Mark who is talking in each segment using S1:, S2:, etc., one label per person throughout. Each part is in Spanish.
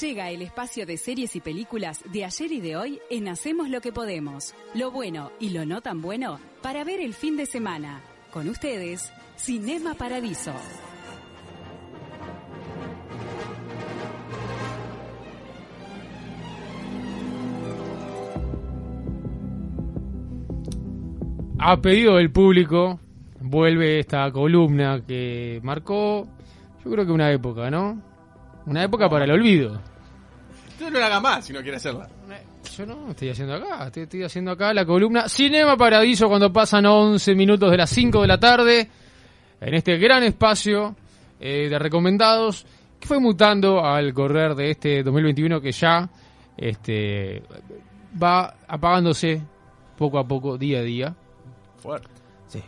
S1: Llega el espacio de series y películas de ayer y de hoy en Hacemos lo que podemos, lo bueno y lo no tan bueno para ver el fin de semana. Con ustedes, Cinema Paradiso.
S2: A pedido del público, vuelve esta columna que marcó, yo creo que una época, ¿no? Una época para el olvido.
S3: Entonces no la haga más si no quiere hacerla.
S2: Yo no estoy haciendo acá, estoy, estoy haciendo acá la columna Cinema Paradiso cuando pasan 11 minutos de las 5 de la tarde en este gran espacio eh, de recomendados que fue mutando al correr de este 2021 que ya este, va apagándose poco a poco, día a día.
S3: Fuerte.
S2: Sí.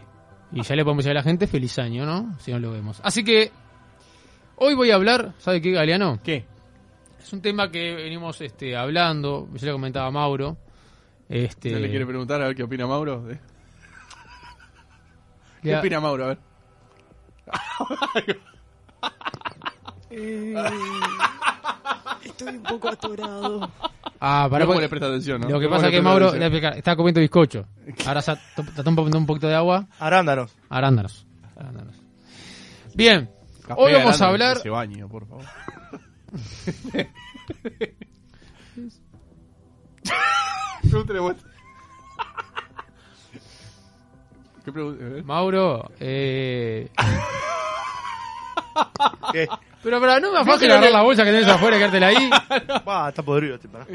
S2: Y ya le podemos decir a la gente feliz año, ¿no? Si no lo vemos. Así que hoy voy a hablar, ¿sabe qué, Galeano?
S3: ¿Qué?
S2: Es un tema que venimos este, hablando, yo le comentaba a Mauro. Este,
S3: ¿No le quiere preguntar a ver qué opina Mauro? ¿Eh? ¿Qué
S2: le-
S3: opina Mauro? A ver.
S4: Estoy un poco atorado.
S2: Ah, para
S3: Mirá cómo le presta atención, ¿no?
S2: Lo que
S3: Mirá
S2: pasa
S3: cómo
S2: es
S3: le
S2: que
S3: presta
S2: Mauro
S3: atención.
S2: le explica- está comiendo bizcocho. Ahora está está tomando un poquito de agua.
S4: Arándanos.
S2: Arándanos. Arándanos. Bien.
S3: Café
S2: Hoy vamos
S3: grande,
S2: a hablar.
S3: que Se bañe, por favor. Pregúntale vos. ¿Qué pregunta? Eh,
S2: Mauro, eh...
S4: ¿Qué?
S2: Pero para no me fácil agarrar la bolsa que tenés afuera y quedártela ahí.
S4: Va, está podrido este pará.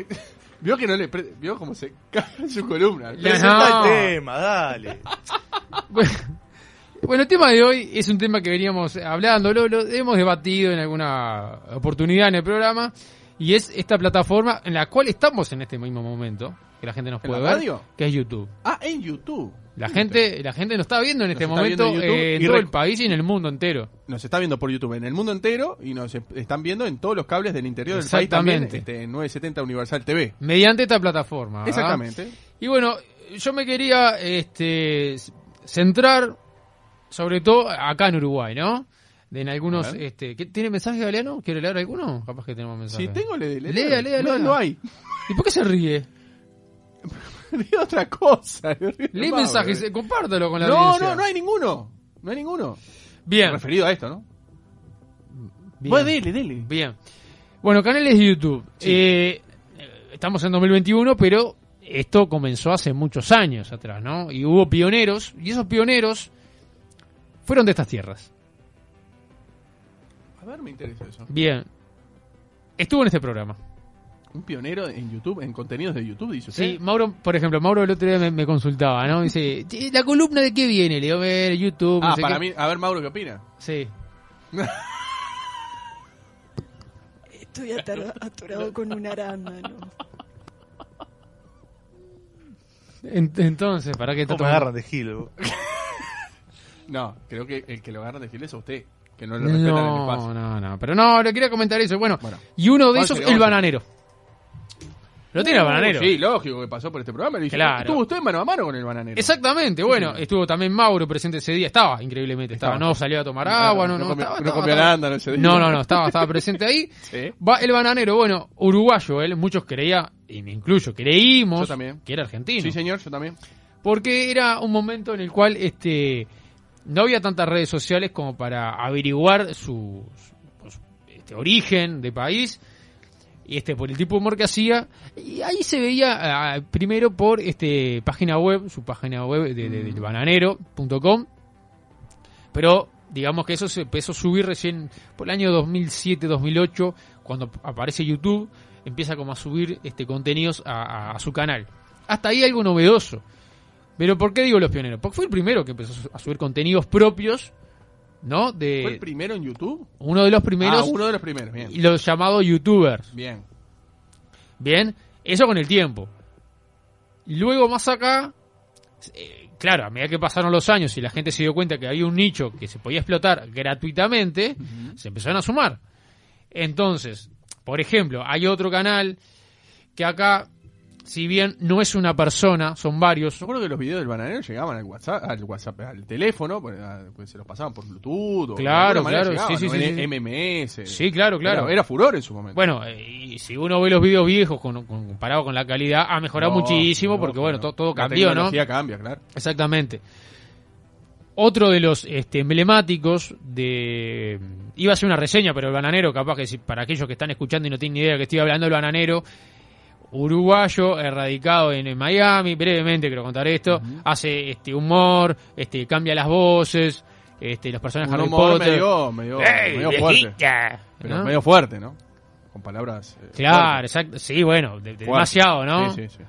S3: Vio que no le pre- vio cómo se cae en su columna.
S2: Le-
S4: Presenta
S2: no.
S4: el tema, dale.
S2: Bueno, bueno, el tema de hoy es un tema que veníamos hablando, lo, lo hemos debatido en alguna oportunidad en el programa, y es esta plataforma en la cual estamos en este mismo momento, que la gente nos
S3: ¿En
S2: puede
S3: la
S2: ver,
S3: radio?
S2: que es YouTube.
S3: Ah, en YouTube.
S2: La gente, la gente nos está viendo en
S3: Nos
S2: este
S3: está
S2: momento
S3: viendo en YouTube
S2: eh, en
S3: y
S2: todo
S3: rec-
S2: el país y en el mundo entero.
S3: Nos está viendo por YouTube en el mundo entero y nos e- están viendo en todos los cables del interior del país también.
S2: Exactamente. Ah.
S3: este, en 970 Universal TV.
S2: Mediante esta plataforma. ¿verdad?
S3: Exactamente.
S2: Y bueno, yo me quería este, centrar, sobre todo acá en Uruguay, ¿no? De En algunos.
S3: A ver.
S2: Este, ¿qué- ¿Tiene mensaje, Galeano? ¿Quiere leer alguno? Capaz que tenemos mensaje.
S3: Si tengo, le le-
S2: Lea, lea,
S3: No,
S2: lea.
S3: no hay.
S2: ¿Y por qué se ríe?
S3: Lea otra cosa.
S2: Lee
S3: Mauro.
S2: mensajes, eh, compártelo con la
S3: No,
S2: audiencia.
S3: no, no hay ninguno. No hay ninguno.
S2: Bien.
S3: Referido a esto, ¿no?
S2: bien.
S3: Vos dele, dele.
S2: Bien. Bueno, canales de YouTube. Eh, estamos en 2021, pero esto comenzó hace muchos años atrás, ¿no? Y hubo pioneros, y esos pioneros fueron de estas tierras.
S3: A ver, me interesa eso.
S2: Bien. Estuvo en este programa.
S3: Un pionero en YouTube, en contenidos de YouTube, dice usted.
S2: Sí, Mauro, por ejemplo, Mauro el otro día me, me consultaba, ¿no? Dice, "Che, ¿la columna de qué viene? Le digo, ver, YouTube. no
S3: Ah,
S2: sé
S3: para
S2: qué".
S3: mí. A ver, Mauro, ¿qué opina?
S2: Sí.
S4: Estoy atar- atorado con un arándano.
S2: En- entonces, ¿para qué
S4: ¿Cómo me agarran de gilo?
S3: No, creo que el que lo agarra de Gil es a usted. Que no lo respetan en el
S2: No,
S3: espacio.
S2: no, no. Pero no, le quería comentar eso. Bueno,
S3: Bueno.
S2: y uno de
S3: Vamos,
S2: esos,
S3: vamos. Uh,
S2: el bananero. Lo tiene el bananero.
S3: Sí, lógico, que pasó por este programa. le dije,
S2: Claro.
S3: Estuvo usted mano a mano con el bananero.
S2: Exactamente, bueno, estuvo también Mauro presente ese día, estaba increíblemente, estaba,
S3: Estaba. Ah,
S2: no salió a tomar agua, no, no,
S3: no comió-
S2: estaba,
S3: no
S2: estaba,
S3: comió
S2: estaba.
S3: arándano ese día.
S2: No, no, no, estaba, estaba presente ahí.
S3: Sí.
S2: Va el bananero, bueno, uruguayo, él, muchos creía, y me incluyo, creímos
S3: Yo también.
S2: que era argentino.
S3: Sí, señor, yo también.
S2: Porque era un momento en el cual este no había tantas redes sociales como para averiguar su, su- su- este, origen de país y este por el tipo de humor que hacía y ahí se veía ah, primero por este página web su página web de, de-
S3: Mm.
S2: del bananero.com pero digamos que eso se empezó a subir recién por el año 2007-2008 cuando aparece YouTube empieza como a subir este contenidos a- a- a su canal hasta ahí algo novedoso pero ¿por qué digo los pioneros? Porque fue el primero que empezó a su- a subir contenidos propios, ¿no?
S3: ¿Fue el
S2: De
S3: primero en YouTube?
S2: uno de los Eh, primeros
S3: ah, uno de los primeros, bien.
S2: y los llamados youtubers.
S3: Bien.
S2: Bien, eso con el tiempo. Luego más acá, eh, claro, a medida que pasaron los años y la gente se dio cuenta que había un nicho que se podía explotar gratuitamente, se empezaron a sumar. Entonces, por ejemplo, hay otro canal que acá si bien no es una persona, son varios.
S3: Yo creo que los videos del bananero llegaban al WhatsApp, al, WhatsApp, al teléfono, pues, a- pues, se los pasaban por Bluetooth. o de
S2: Claro,
S3: alguna manera
S2: claro, sí, sí,
S3: ¿no?
S2: sí,
S3: En
S2: sí.
S3: MMS.
S2: Sí, claro, claro.
S3: Era, era furor en su momento.
S2: Bueno, eh, y si uno ve los videos viejos con- con- comparado con la calidad, ha mejorado
S3: No,
S2: muchísimo
S3: no,
S2: porque, bueno,
S3: no.
S2: to- todo
S3: La
S2: cambió, ¿no?
S3: tecnología cambia, claro.
S2: Exactamente. Otro de los este, emblemáticos de... Iba a ser una reseña, pero el bananero, capaz que si- para aquellos que están escuchando y no tienen ni idea de que estoy hablando, el bananero uruguayo, erradicado en, en Miami, brevemente quiero contar esto, hace este humor, este cambia las voces, este los personajes
S3: Un
S2: Harry
S3: humor
S2: Potter.
S3: medio, medio,
S2: ¡Ey,
S3: medio fuerte.
S2: viejita!
S3: Pero
S2: ¿No?
S3: medio fuerte, ¿no? Con palabras. eh,
S2: Claro,
S3: fuertes.
S2: exacto. Sí, bueno, de- de-
S3: Fuerte.
S2: demasiado, ¿no?
S3: Sí, sí, sí.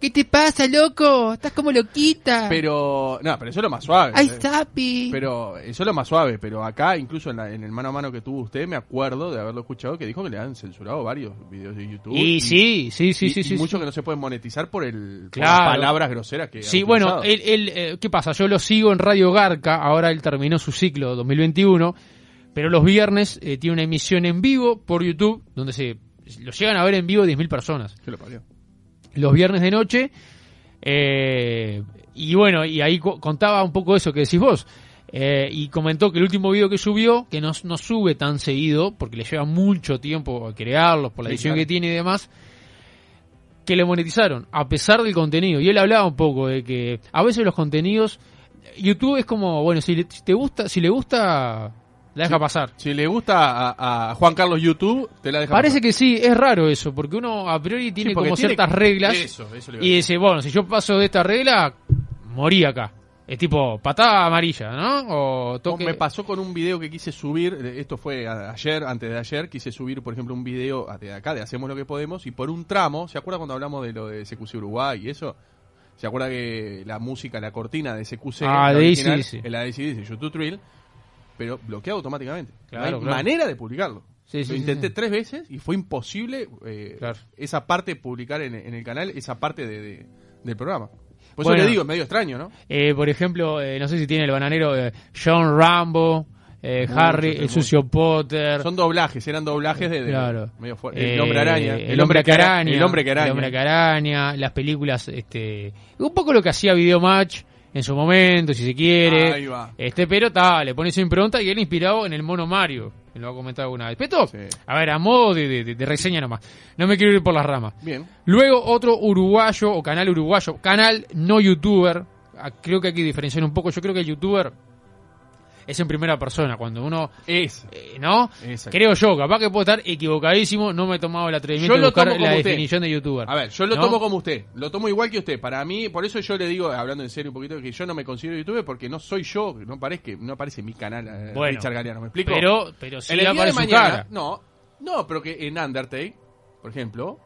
S2: ¿Qué te pasa, loco? Estás como loquita.
S3: Pero, no, pero eso es lo más suave.
S2: Ay,
S3: ¿eh?
S2: sapi.
S3: Pero eso es lo más suave, pero acá, incluso en, la- en el mano a mano que tuvo usted, me acuerdo de haberlo escuchado que dijo que le han censurado varios videos de YouTube.
S2: Y sí, sí, sí,
S3: y-
S2: sí,
S3: y
S2: sí.
S3: muchos que no se pueden monetizar por el por
S2: Claro.
S3: las palabras groseras que.
S2: Sí,
S3: han
S2: bueno,
S3: utilizado.
S2: él, él, eh, ¿qué pasa? Yo lo sigo en Radio Garca, ahora él terminó su ciclo 2021, pero los viernes eh, tiene una emisión en vivo por YouTube, donde se lo llegan a ver en vivo 10.000 personas.
S3: Que lo parió.
S2: Los viernes de noche, eh, y bueno, y ahí co- contaba un poco eso que decís vos. eh, y comentó que el último video que subió, que no, no sube tan seguido, porque le lleva mucho tiempo a crearlos, por la
S3: Sí,
S2: edición
S3: claro.
S2: que tiene y demás, que le monetizaron, a pesar del contenido. Y él hablaba un poco de que a veces los contenidos, YouTube es como, bueno, si le, si te gusta, si le gusta, la deja pasar.
S3: Si le gusta a, a Juan Carlos YouTube, te la deja.
S2: Parece que sí, es raro eso, porque uno a priori tiene
S3: porque
S2: como
S3: tiene-
S2: ciertas reglas.
S3: Eso, eso le iba a
S2: Y
S3: decir.
S2: dice, bueno, si yo paso de esta regla, morí acá. Es tipo patada amarilla, ¿no? O toque...
S3: Me pasó con un video que quise subir, eh, esto fue a- ayer, antes de ayer, quise subir, por ejemplo, un video a- de acá, de Hacemos lo que podemos, y por un tramo, ¿se acuerda cuando hablamos de lo de CQC Uruguay y eso? ¿Se acuerda que la música, la cortina de CQC,
S2: Ah,
S3: la
S2: de
S3: original,
S2: AC/DC.
S3: eh, la de AC/DC, YouTube Thrill, pero bloqueado automáticamente?
S2: Claro,
S3: no hay
S2: claro.
S3: manera de publicarlo.
S2: Sí, sí,
S3: lo
S2: sí,
S3: intenté
S2: sí.
S3: tres veces y fue imposible eh,
S2: Claro.
S3: esa parte publicar en, en el canal, esa parte de- de- del programa. Por
S2: Bueno.
S3: eso le digo, es medio extraño, ¿no?
S2: Eh, por ejemplo, eh, no sé si tiene el bananero eh, John Rambo, eh,
S3: Mucho,
S2: Harry,
S3: sí,
S2: el
S3: mucho.
S2: sucio Potter.
S3: Son doblajes, eran doblajes de, de-
S2: Claro.
S3: medio fuerte.
S2: Eh,
S3: el hombre araña.
S2: El hombre que araña.
S3: El hombre que araña.
S2: El hombre que araña, Las películas, este. Un poco lo que hacía Videomatch en su momento, si se quiere.
S3: Ahí va.
S2: Este, pero tal, le pone su impronta y él inspirado en el mono Mario. que Lo ha comentado alguna vez. Peto,
S3: Sí.
S2: a ver, a modo de, de- de- de reseña nomás. No me quiero ir por las ramas.
S3: Bien.
S2: Luego otro uruguayo o canal uruguayo, canal no youtuber. Ah, Creo que hay que diferenciar un poco. Yo creo que el youtuber es en primera persona. Cuando uno
S3: Es.
S2: eh, ¿No?
S3: Exacto.
S2: Creo yo, capaz que puedo estar equivocadísimo, no me he tomado el atrevimiento
S3: Yo
S2: de
S3: lo
S2: buscar
S3: tomo como
S2: la
S3: usted.
S2: definición de youtuber.
S3: A ver, yo lo
S2: ¿No?
S3: tomo como usted. Lo tomo igual que usted. Para mí, por eso yo le digo, hablando en serio un poquito, que yo no me considero youtuber porque no soy yo. No, parezca, no aparece mi canal, eh,
S2: Bueno.
S3: Richard Galeano. ¿Me explico?
S2: Pero, pero sí
S3: en el día de
S2: aparece su
S3: mañana.
S2: cara.
S3: No, no, pero que en Undertale, por ejemplo,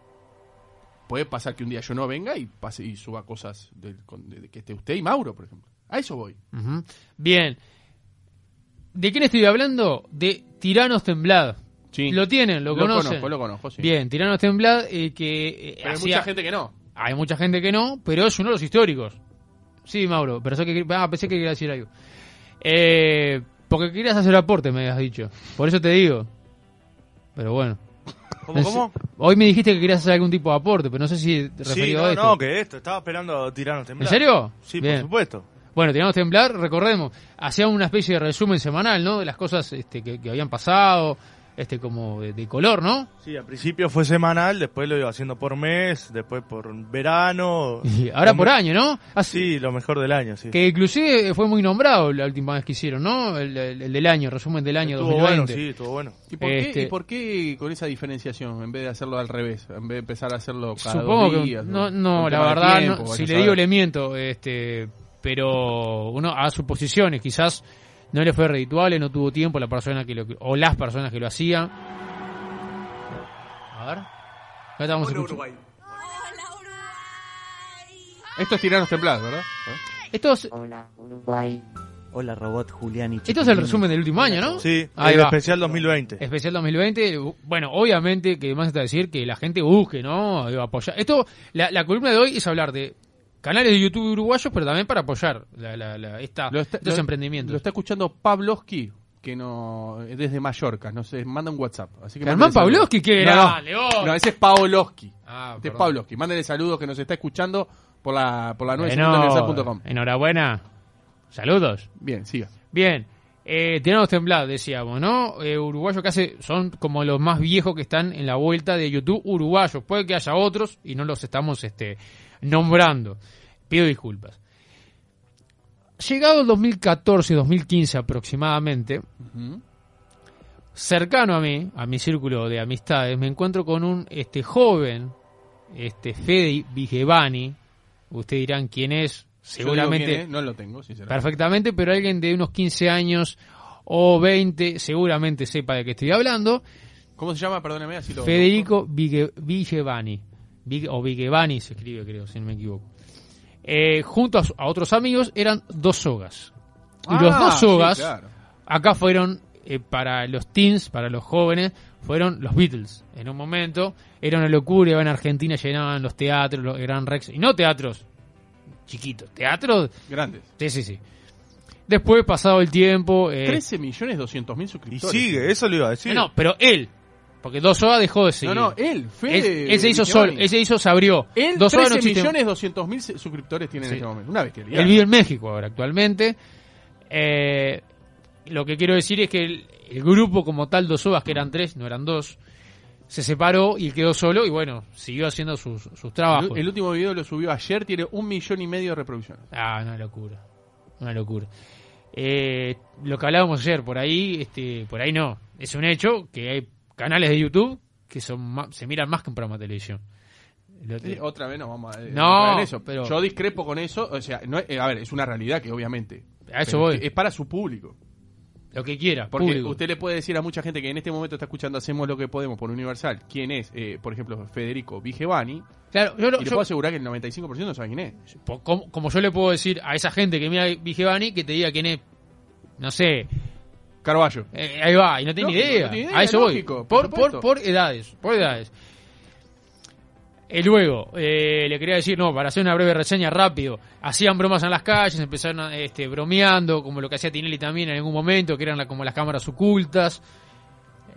S3: puede pasar que un día yo no venga y, pase, y suba cosas del, con- de- de que esté usted y Mauro, por ejemplo. A eso voy.
S2: Ujú. Bien. ¿De quién estoy hablando? De Tiranos Temblad.
S3: Sí.
S2: ¿Lo tienen? ¿Lo,
S3: Lo
S2: conocen?
S3: conozco, lo conozco, sí.
S2: Bien, Tiranos Temblad, eh, que... eh,
S3: Pero hay
S2: hacía-
S3: mucha gente que no.
S2: Hay mucha gente que no, pero es uno de los históricos. Sí, Mauro, pero eso que, ah, pensé que quería decir algo. Eh, porque querías hacer aporte, me habías dicho. Por eso te digo. Pero bueno.
S5: ¿Cómo, cómo?
S2: Hoy me dijiste que querías hacer algún tipo de aporte, pero no sé si te
S5: Sí,
S2: referido
S5: no,
S2: a esto.
S5: no, que esto. Estaba esperando tirarnos
S2: ¿En
S5: temblar.
S2: serio?
S5: Sí,
S2: Bien.
S5: por supuesto.
S2: Bueno, teníamos temblar, recordemos, hacía una especie de resumen semanal, ¿no? De las cosas este, que, que habían pasado, este como de, de color, ¿no?
S5: Sí, al principio fue semanal, después lo iba haciendo por mes, después por verano.
S2: Y ahora
S5: Lo
S2: por
S5: me-
S2: año, ¿no? Así
S5: Sí, lo mejor del año, sí.
S2: que inclusive fue muy nombrado la última vez que hicieron, ¿no? El, el- el del año, resumen del año
S5: estuvo
S2: 2020.
S5: bueno, sí, estuvo bueno.
S3: ¿Y por,
S2: Este-
S3: qué, ¿Y por qué con esa diferenciación en vez de hacerlo al revés? En vez de empezar a hacerlo cada
S2: Supongo
S3: dos
S2: que
S3: días.
S2: no,
S3: Por
S2: no
S3: un
S2: la
S3: tema de
S2: verdad,
S3: tiempo,
S2: no,
S3: vaya
S2: si
S3: a
S2: le
S3: saber.
S2: digo le miento, este, pero uno a suposiciones, quizás no le fue redituable, no tuvo tiempo la persona que lo, o las personas que lo hacían. A ver, acá estamos escuchando.
S3: Esto es tirarnos templados, ¿verdad?
S2: Esto es,
S6: Hola, Uruguay. Hola, robot Julián y
S2: esto es el resumen del último año, ¿no?
S5: Sí,
S2: Ahí
S5: el
S2: va.
S5: especial 2020.
S2: Especial 2020, bueno, obviamente que más está decir que la gente busque, ¿no? Digo, apoyar. Esto, la, la columna de hoy es hablar de canales de YouTube uruguayos, pero también para apoyar la, la- la- esta,
S3: Lo está-
S2: estos
S3: lo-
S2: emprendimientos.
S3: Lo está escuchando Pavlovsky, que no es desde Mallorca, no sé, manda un WhatsApp. Así que
S2: Germán
S3: mándale saludos.
S2: Pavlovsky, qué
S3: no,
S2: grande,
S3: no,
S2: vos.
S3: no, ese es Pavlovsky.
S2: Ah,
S3: de
S2: perdón.
S3: Pavlovsky. Mándele saludos que nos está escuchando por la, por la nueva
S2: Bueno,
S3: universal.com.
S2: enhorabuena. Saludos.
S3: Bien, siga.
S2: Bien. Eh, tenemos temblado, decíamos, ¿no? Eh, uruguayos que hace, son como los más viejos que están en la vuelta de YouTube uruguayos. Puede que haya otros y no los estamos este, nombrando. Pido disculpas. Llegado el 2014, 2015 aproximadamente,
S3: Ujú.
S2: cercano a mí, a mi círculo de amistades, me encuentro con un este joven, este Fede Vigevani. Ustedes dirán quién es,
S3: Yo digo quién
S2: seguramente
S3: es, no lo tengo, sinceramente.
S2: perfectamente, pero alguien de unos 15 años o 20 seguramente sepa de qué estoy hablando.
S3: ¿Cómo se llama? Perdóname, así lo.
S2: Federico Vigue- Vigevani, Vig- o Vigevani se escribe creo, si no me equivoco. Eh, junto a, su- a otros amigos eran dos sogas. Y
S3: Ah,
S2: los dos
S3: sí,
S2: sogas
S3: claro.
S2: acá fueron eh, para los teens, para los jóvenes, fueron los Beatles. En un momento era una locura, iban a Argentina, llenaban los teatros, los Gran Rex, y no teatros chiquitos, teatros,
S3: Grandes.
S2: sí, sí, sí. Después, pasado el tiempo, eh,
S3: 13 millones 200 mil
S5: Y
S3: suscriptores.
S5: sigue, eso le iba a decir.
S2: no, no, pero él, porque Dos Soga dejó de
S3: No,
S2: seguir.
S3: no, él,
S2: él,
S3: Fede.
S2: él se hizo
S3: Vigevani.
S2: sol, él se hizo, se abrió.
S3: Él,
S2: Dos Soga no
S3: 13
S2: existe-
S3: millones 200 mil suscriptores tiene
S2: Sí.
S3: en este momento. Una bestialidad.
S2: Él vive en México ahora, actualmente. Eh, lo que quiero decir es que el, el grupo como tal, dos ovas, que eran tres, no eran dos, se separó y quedó solo y bueno, siguió haciendo sus, sus trabajos.
S3: El, el último video lo subió ayer, tiene un millón y medio de reproducciones.
S2: Ah, una locura. Una locura. Eh, lo que hablábamos ayer, por ahí, este, por ahí no. Es un hecho que hay canales de YouTube que son ma- se miran más que un programa de televisión. Lo-
S3: Eh, Otra vez nos vamos a. eh,
S2: No,
S3: a ver eso.
S2: pero-
S3: Yo discrepo con eso. O sea, no es- eh, a ver, es una realidad que obviamente.
S2: A eso
S3: pero
S2: voy.
S3: Es es para su público.
S2: lo que quiera,
S3: Porque
S2: público.
S3: usted le puede decir a mucha gente que en este momento está escuchando Hacemos lo que podemos por Universal, quién es, eh, por ejemplo, Federico Vigevani,
S2: Claro, yo, lo-
S3: y le
S2: yo-
S3: puedo asegurar que el 95% no sabe quién es.
S2: po- como, como yo le puedo decir a esa gente que mira Vigevani que te diga quién es, no sé,
S3: Carballo.
S2: eh, ahí va, y no tiene,
S3: Lógico,
S2: idea.
S3: no tiene idea,
S2: A eso voy.
S3: lógico,
S2: por,
S3: por
S2: por,
S3: supuesto.
S2: por edades, por edades. Eh, luego, eh, le quería decir, no, para hacer una breve reseña rápido, hacían bromas en las calles, empezaron a, este, bromeando, como lo que hacía Tinelli también en algún momento, que eran la- como las cámaras ocultas,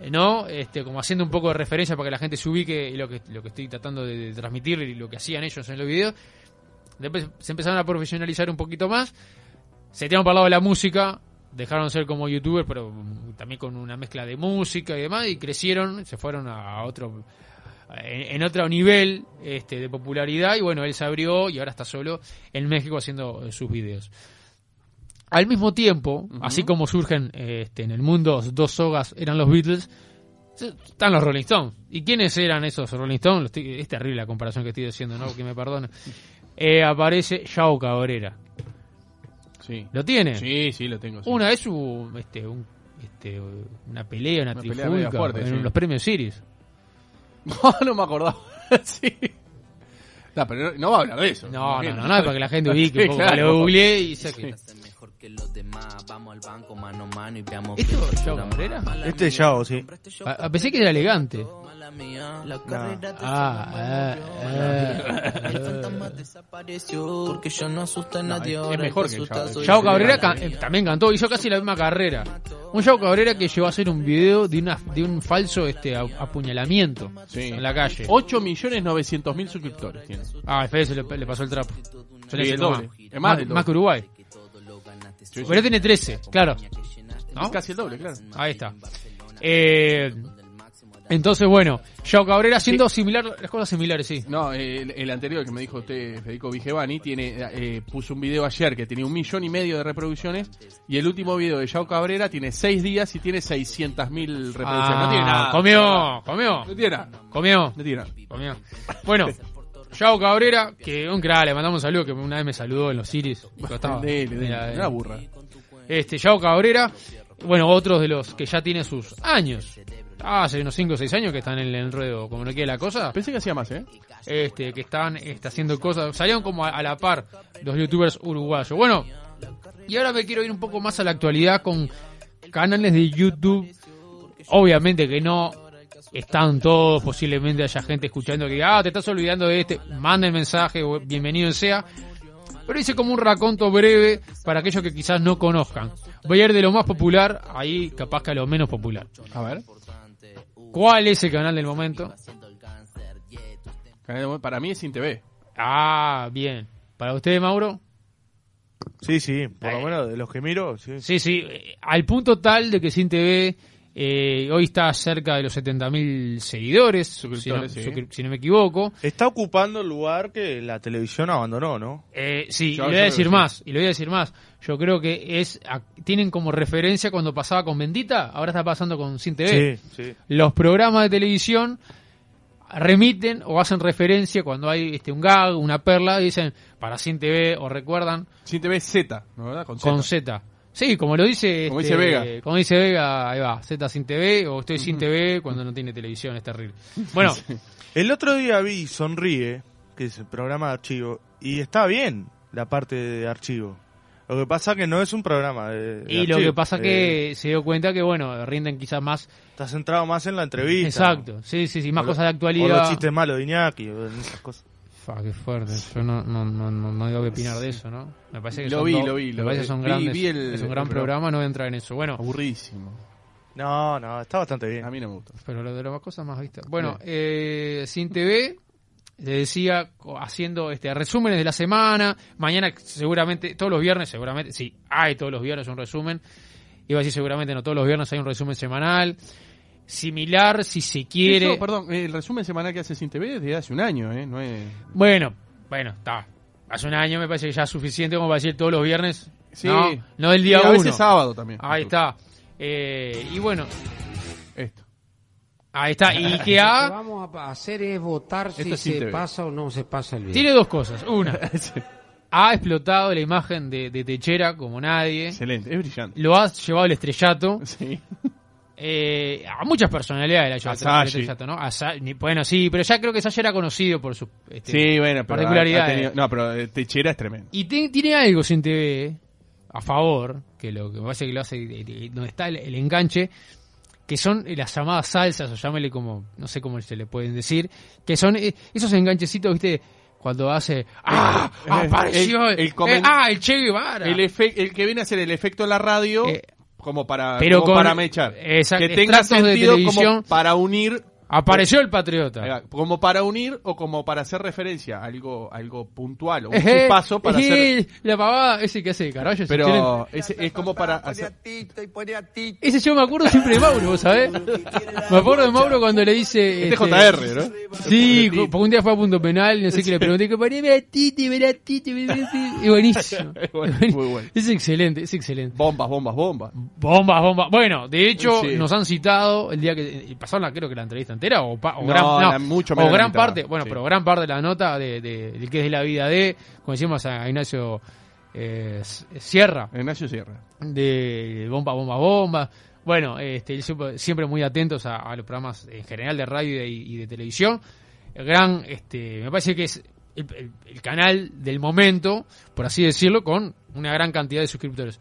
S2: eh, ¿no? Este, como haciendo un poco de referencia para que la gente se ubique y lo que, lo que estoy tratando de, de transmitir y lo que hacían ellos en los videos. Después se empezaron a profesionalizar un poquito más, se tiraron para el lado de la música, dejaron de ser como youtubers, pero mm, también con una mezcla de música y demás, y crecieron, se fueron a otro en, en otro nivel este, de popularidad y bueno, él se abrió y ahora está solo en México haciendo eh, sus videos. Al mismo tiempo, así como surgen eh, este, en el mundo dos sogas, eran los Beatles, se- están los Rolling Stones. ¿Y quiénes eran esos Rolling Stones? Los estoy- Es terrible la comparación que estoy diciendo, ¿no? Que me perdone. Eh, aparece Yao Cabrera.
S3: Sí.
S2: ¿Lo tiene?
S3: Sí, sí, lo tengo. sí.
S2: Una vez hubo este, un- este, una pelea, una,
S3: Una pelea media
S2: trifulca
S3: fuerte,
S2: en
S3: sí.
S2: los premios Series.
S3: No, no me acordaba. sí. No, pero no va a hablar de eso.
S2: No, no,
S3: Imagínate.
S2: no, no, es para que la gente ubique
S3: Sí,
S2: un poco.
S3: claro.
S2: Lo googleé y sé que...
S7: hacer mejor que los demás. Vamos al banco mano a mano y veamos
S2: ¿Esto
S7: quién
S2: es Yao
S7: factura
S2: Cabrera?
S7: más. Mala
S5: Este es
S7: mía,
S5: Yao, sí.
S7: compraste yo
S2: A- a- pensé que era elegante.
S7: Mala mía, la carrera te
S2: Ah,
S7: llevó
S2: eh,
S7: mal yo.
S2: eh,
S7: El fantasma desapareció porque yo no asusta a
S3: No,
S7: nadie.
S3: es- es
S7: ahora el que
S3: mejor que
S7: asusta
S3: Yao.
S7: soy
S2: Yao
S7: yo.
S2: Cabrera
S7: Mala
S2: ca-
S7: mía.
S2: eh, también cantó, hizo casi la misma carrera. Un Yao Cabrera que llegó a hacer un video de, una, de un falso este, a- apuñalamiento
S3: Sí.
S2: en la calle.
S3: 8 millones 900 mil suscriptores tiene.
S2: Ah, Fede se le, le pasó el trapo. Se le
S3: Sí,
S2: hizo
S3: el
S2: nomás.
S3: doble. Es más
S2: más,
S3: del doble.
S2: más que Uruguay. Pero tiene 13, claro. ¿No?
S3: Casi el doble, claro.
S2: Ahí está. Eh, entonces, bueno, Yao Cabrera haciendo similar, las cosas similares, sí.
S3: No, eh, el, el anterior que me dijo usted, Federico Vigevani, tiene, eh, puso un video ayer que tenía un millón y medio de reproducciones y el último video de Yao Cabrera tiene 6 días y tiene 600 mil reproducciones. no tiene
S2: Ah,
S3: nada.
S2: Comió, comió,
S3: No tiene nada.
S2: comió.
S3: No tiene nada.
S2: Comió. Bueno, Yao Cabrera, que un crack, le mandamos un saludo, que una vez me saludó en los Siris. Yo estaba-
S3: Dele, dele,
S2: Mira, eh,
S3: Una burra.
S2: Este, Yao Cabrera, bueno, otros de los que ya tiene sus años. Ah, hace unos 5 o 6 años que están en el enredo, como no quede la cosa.
S3: Pensé que hacía más, ¿eh?
S2: Este, que están este, haciendo cosas. Salieron como a, a la par los youtubers uruguayos. Bueno, y ahora me quiero ir un poco más a la actualidad con canales de YouTube. Obviamente que no están todos, posiblemente haya gente escuchando que diga, ah, te estás olvidando de este, manda el mensaje, o bienvenido sea. Pero hice como un raconto breve para aquellos que quizás no conozcan. Voy a ir de lo más popular, ahí capaz que a lo menos popular.
S3: A ver.
S2: ¿Cuál es el canal del momento?
S3: Canal de Movistar. Para mí es sin TV.
S2: Ah, bien. ¿Para usted, Mauro?
S5: Sí, sí, por lo
S2: Eh.
S5: menos de los que miro, sí.
S2: Sí, sí. eh, Al punto tal de que Sin TV eh, hoy está cerca de los 70.000 seguidores, si no,
S3: Suscriptores, sí.
S2: suscri- si no me equivoco.
S5: Está ocupando el lugar que la televisión abandonó, ¿no?
S2: Eh, sí,
S3: Yo-
S2: y le voy a
S3: yo creo que
S2: decir
S3: sí.
S2: más, y le voy a decir más. Yo creo que es a- tienen como referencia cuando pasaba con Bendita, ahora está pasando con Sin TV.
S5: Sí, sí.
S2: los programas de televisión remiten o hacen referencia cuando hay este un gag, una perla, y dicen para Sin TV o recuerdan
S3: Sin TV es Z, ¿no verdad? Con Z.
S2: con Z. Sí, como lo dice
S3: Como
S2: este,
S3: dice Vega.
S2: Como dice Vega, ahí va, Z sin TV o estoy sin TV cuando no tiene televisión, es terrible. Bueno,
S5: El otro día vi Sonríe, que es el programa de archivo, y está bien la parte de archivo. Lo que pasa que no es un programa de, de
S2: y lo
S5: archivo.
S2: que pasa es
S5: Eh,
S2: que se dio cuenta que bueno, rinden quizás más.
S5: está centrado más en la entrevista.
S2: Exacto. Sí, sí, sí, más
S5: O lo-
S2: cosas de
S5: O los
S2: actualidad.
S5: chistes malos de Iñaki, o esas cosas.
S2: Fa, qué fuerte. Yo no no no no, no digo que opinar de eso, ¿no? Me parece que
S3: Lo
S2: son
S3: vi,
S2: dos-
S3: lo vi, lo
S2: me parece que
S3: vi.
S2: son
S3: Vi-
S2: grandes.
S3: vi el-
S2: es un gran programa,
S3: el programa.
S2: no voy a entrar en eso. Bueno,
S3: Aburridísimo.
S5: No, no, está bastante bien.
S3: A mí no me gusta.
S2: Pero lo de las cosas más vistas. Bueno, eh, Sin TV, le decía, co- haciendo este resúmenes de la semana. Mañana, seguramente, todos los viernes, seguramente, sí, hay todos los viernes un resumen. Iba a decir, seguramente no todos los viernes hay un resumen semanal. Similar, si se quiere.
S3: Eso, perdón, eh, el resumen semanal que hace Sin TV es de hace un año, ¿eh? No es...
S2: Bueno, bueno, está. Hace un año me parece que ya es suficiente como para decir todos los viernes.
S3: Sí.
S2: No, no del día
S3: Y a
S2: uno.
S3: veces sábado también.
S2: Ahí está. Eh, y bueno,
S3: Esto.
S2: ahí está. Y que
S8: Lo que
S2: ha.
S8: vamos a hacer es votar si
S3: Esto es sin
S8: se
S3: TV.
S8: pasa o no se pasa el video.
S2: Tiene dos cosas. Una, ha explotado la imagen de, de Techera como nadie.
S3: Excelente, es brillante.
S2: Lo ha llevado el estrellato.
S3: Sí.
S2: Eh, a muchas personalidades le ha llevado
S3: A
S2: el
S3: Sassi.
S2: estrellato, ¿no? A Sa- ni- bueno, sí, pero ya creo que Sasha era conocido por su este,
S3: Sí, bueno, pero. ha- ha
S2: particularidades.
S3: tenido- no, pero eh, Techera es tremendo.
S2: Y te- tiene algo sin TV a favor, que lo que me parece que lo hace eh, eh, donde está el, el enganche, que son eh, las llamadas salsas, o llámele como, no sé cómo se le pueden decir, que son eh, esos enganchecitos, viste, cuando hace ¡Ah! ¡Apareció!
S3: El- el
S2: Eh,
S3: comen-
S2: ¡Ah! El Che Guevara.
S3: El, efe- el que viene a hacer el efecto en la radio.
S2: Eh,
S3: como para,
S2: pero
S3: como
S2: con-
S3: para mechar.
S2: Exacto,
S3: Que tenga
S2: extractos de
S3: sentido como
S2: televisión.
S3: para unir
S2: Apareció el
S3: Ahí
S2: patriota.
S3: va, Como para unir o como para hacer referencia a algo, algo puntual o un
S2: Ejé,
S3: paso para
S2: ejé,
S3: hacer.
S2: La pavada, ese que hace de carallo. si quieren.
S3: Pero es, es como para hacer.
S2: Ese yo me acuerdo siempre de Mauro, ¿vos ¿sabés? Me acuerdo de Mauro cuando le dice...
S3: Este es
S2: este,
S3: JR, ¿no?
S2: Sí, co- porque un día fue a punto penal, no sé qué le pregunté, que poneme a Titi, ven a Titi, ven a Titi. Y buenísimo.
S3: Es bueno, muy bueno.
S2: Es excelente, es excelente.
S3: Bombas, bombas, bombas.
S2: Bombas, bombas. Bueno, de hecho,
S3: Sí.
S2: nos han citado el día que. y Pasaron, la, creo que la entrevista entera, o, pa- o
S3: No,
S2: gran,
S3: la- mucho
S2: o
S3: menos la
S2: gran
S3: mitad,
S2: parte, bueno,
S3: sí.
S2: pero gran parte de la nota de, de, del que es de la vida de, como decimos a Ignacio eh, S- Sierra,
S3: Ignacio Sierra.
S2: de Bomba, Bomba, Bomba. Bueno, este, él siempre, siempre muy atentos a, a los programas en general de radio y de, y de televisión. El Gran, este, me parece que es el, el- el canal del momento, por así decirlo, con una gran cantidad de suscriptores.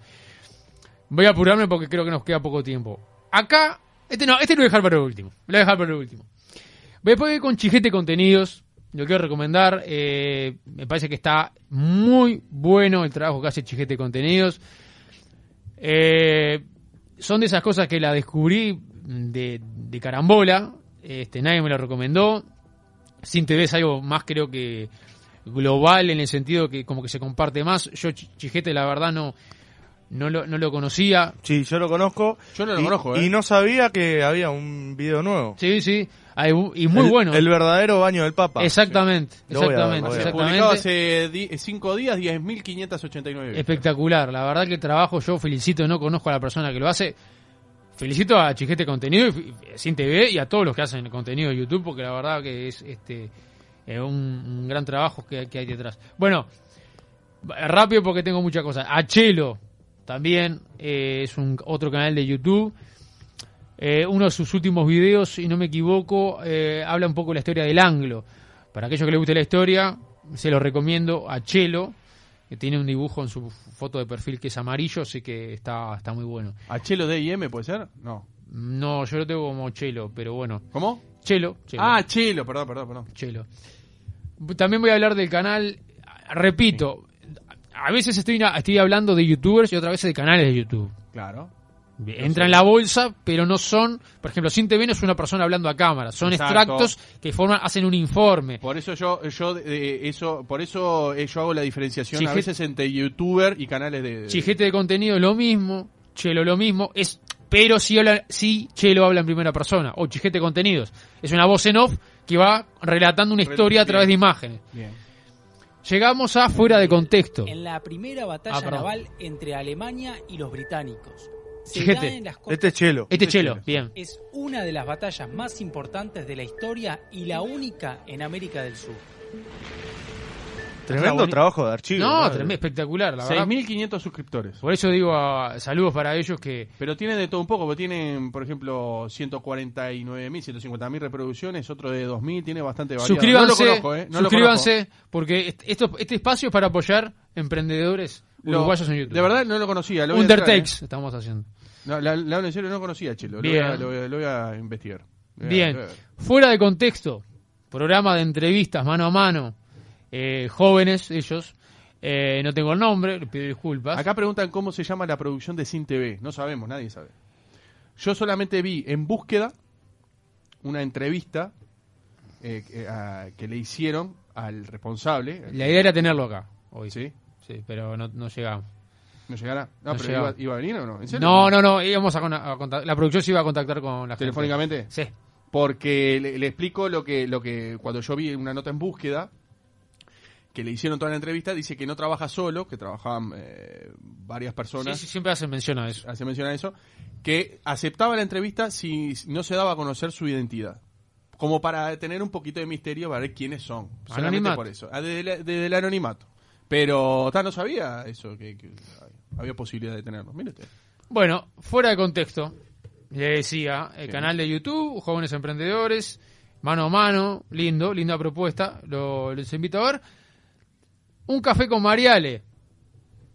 S2: Voy a apurarme porque creo que nos queda poco tiempo. Acá, este no, este lo voy a dejar para el último. Lo voy a dejar para el último. Después voy con Chijete Contenidos. Lo quiero recomendar. eh, me parece que está muy bueno el trabajo que hace Chijete Contenidos. Eh, son de esas cosas que la descubrí de, de carambola. Este, nadie me lo recomendó. Sin TV es algo más, creo que global en el sentido que como que se comparte más. Yo Ch- Chijete, la verdad, no, no, lo, no lo conocía.
S5: Sí, yo lo conozco.
S3: Yo no lo
S5: y,
S3: conozco, ¿eh?
S5: Y no sabía que había un video nuevo.
S2: Sí, sí. Hay bu- Y muy
S5: El-
S2: bueno.
S5: El verdadero baño del Papa.
S2: exactamente,
S5: Lo voy a-
S2: exactamente,
S5: lo voy a-
S2: exactamente.
S3: Publicado hace 5 días, 10.589.
S2: Espectacular, la verdad que el trabajo yo felicito, no conozco a la persona que lo hace. Felicito a Chijete Contenido, y f- Sin TV y a todos los que hacen el contenido de YouTube, porque la verdad que es este eh, un, un gran trabajo que, que hay detrás. Bueno, eh, rápido porque tengo muchas cosas. A Chelo también eh, es un otro canal de YouTube. Eh, uno de sus últimos videos, si no me equivoco, eh, habla un poco de la historia del anglo. Para aquellos que les guste la historia, se lo recomiendo a Chelo, que tiene un dibujo en su foto de perfil que es amarillo, así que está, está muy bueno.
S3: ¿A Chelo DIM puede ser? No.
S2: No, yo lo tengo como Chelo, pero bueno.
S3: ¿Cómo?
S2: Chelo. Chelo.
S3: Ah, Chelo, perdón, perdón, perdón.
S2: Chelo. También voy a hablar del canal, repito, a veces estoy, estoy hablando de youtubers y otra vez de canales de YouTube.
S3: Claro.
S2: Entra en la bolsa, pero no son, por ejemplo, sin TV no es una persona hablando a cámara, son
S3: Exacto.
S2: extractos que forman, hacen un informe.
S3: Por eso yo, yo eh, eso, por eso eh, yo hago la diferenciación a
S2: Chijete-
S3: veces entre youtuber y canales de.
S2: Chijete de contenido lo mismo, Chelo lo mismo, es pero si habla, si Chelo habla en primera persona, o Chijete de contenidos. Es una voz en off que va relatando una historia a través de imágenes.
S3: Bien.
S2: Llegamos a fuera de contexto.
S9: En la primera batalla
S2: Ah, perdón.
S9: naval entre Alemania y los británicos. Se
S2: Fíjate,
S9: da en las costas-
S5: Este es Chelo.
S2: Este Chelo, bien.
S9: es una de las batallas más importantes de la historia y la única en América del Sur.
S5: Tremendo trabajo de archivo.
S2: No,
S5: ¿verdad?
S2: tremendo, espectacular, la verdad.
S3: 6.500 suscriptores.
S2: Por eso digo ah, saludos para ellos que
S3: Pero tienen de todo un poco, porque tienen, por ejemplo, 149.000, 150.000 reproducciones, otro de 2.000, tiene bastante variedad.
S2: suscríbanse,
S3: No lo conozco, ¿eh? No lo
S2: suscríbanse,
S3: conozco.
S2: porque est- esto, este espacio es para apoyar emprendedores
S3: Lo-
S2: uruguayos en YouTube.
S3: De verdad no lo conocía. Lo voy a
S2: Undertakes
S3: entrar, ¿eh?
S2: estamos haciendo.
S3: No, la, la hablo en serio, no conocía, Chelo. Lo voy a-
S2: Bien.
S3: Lo, voy a, lo voy a investigar. Lo voy a-
S2: Bien,
S3: lo voy a ver.
S2: fuera de contexto, programa de entrevistas mano a mano, eh, jóvenes ellos, eh, no tengo el nombre, les pido disculpas.
S3: Acá preguntan cómo se llama la producción de Sin TV. No sabemos, nadie sabe. Yo solamente vi en búsqueda una entrevista eh, que- a- que le hicieron al responsable.
S2: La idea era tenerlo acá hoy, sí,
S3: ¿Sí?
S2: pero no, no llegamos.
S3: ¿No llegará?
S2: No
S3: No, pero
S2: llegaba.
S3: iba, iba a venir o no? ¿En serio?
S2: No, no, no, íbamos a, con- a contact- la producción se iba a contactar con la gente.
S3: ¿Telefónicamente?
S2: Sí.
S3: Porque le, le explico lo que, lo que cuando yo vi una nota en búsqueda que le hicieron toda la entrevista, dice que no trabaja solo, que trabajaban eh, varias
S2: Sí,
S3: personas,
S2: sí, siempre hacen mención a eso.
S3: hace mención a eso, que aceptaba la entrevista si no se daba a conocer su identidad. Como para tener un poquito de misterio para ver quiénes son. Solamente
S2: Anonimato.
S3: por eso. Ah, Desde, la- desde el anonimato. Pero ta, no sabía eso, que, que había posibilidad de tenerlo. Mire usted.
S2: Bueno, fuera de contexto, le decía, el
S3: Sí.
S2: canal de YouTube, Jóvenes Emprendedores, mano a mano, lindo, linda propuesta, lo, les invito a ver. Un café con Mariale,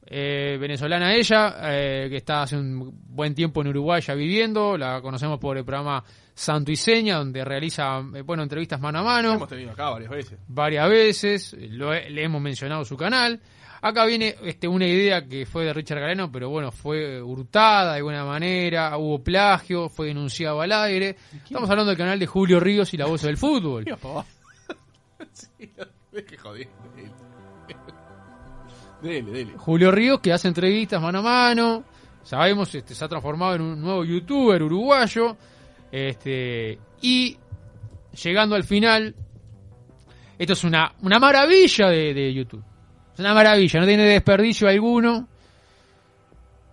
S2: eh, venezolana ella, eh, que está hace un buen tiempo en Uruguay ya viviendo, la conocemos por el programa Santo y Seña, donde realiza, eh, bueno, entrevistas mano a mano
S3: Hemos tenido acá varias veces.
S2: varias veces, lo he- le hemos mencionado su canal. Acá viene este, una idea que fue de Richard Galeno, pero bueno, fue hurtada de alguna manera, hubo plagio, fue denunciado al aire. Estamos hablando del canal de Julio Ríos y la voz del fútbol.
S3: Mira, pa' abajo. sí, es que jodido. Dele, dele.
S2: Julio Ríos que hace entrevistas mano a mano, sabemos, este, se ha transformado en un nuevo youtuber uruguayo, este, y llegando al final, esto es una, una maravilla de, de YouTube, es una maravilla, no tiene desperdicio alguno.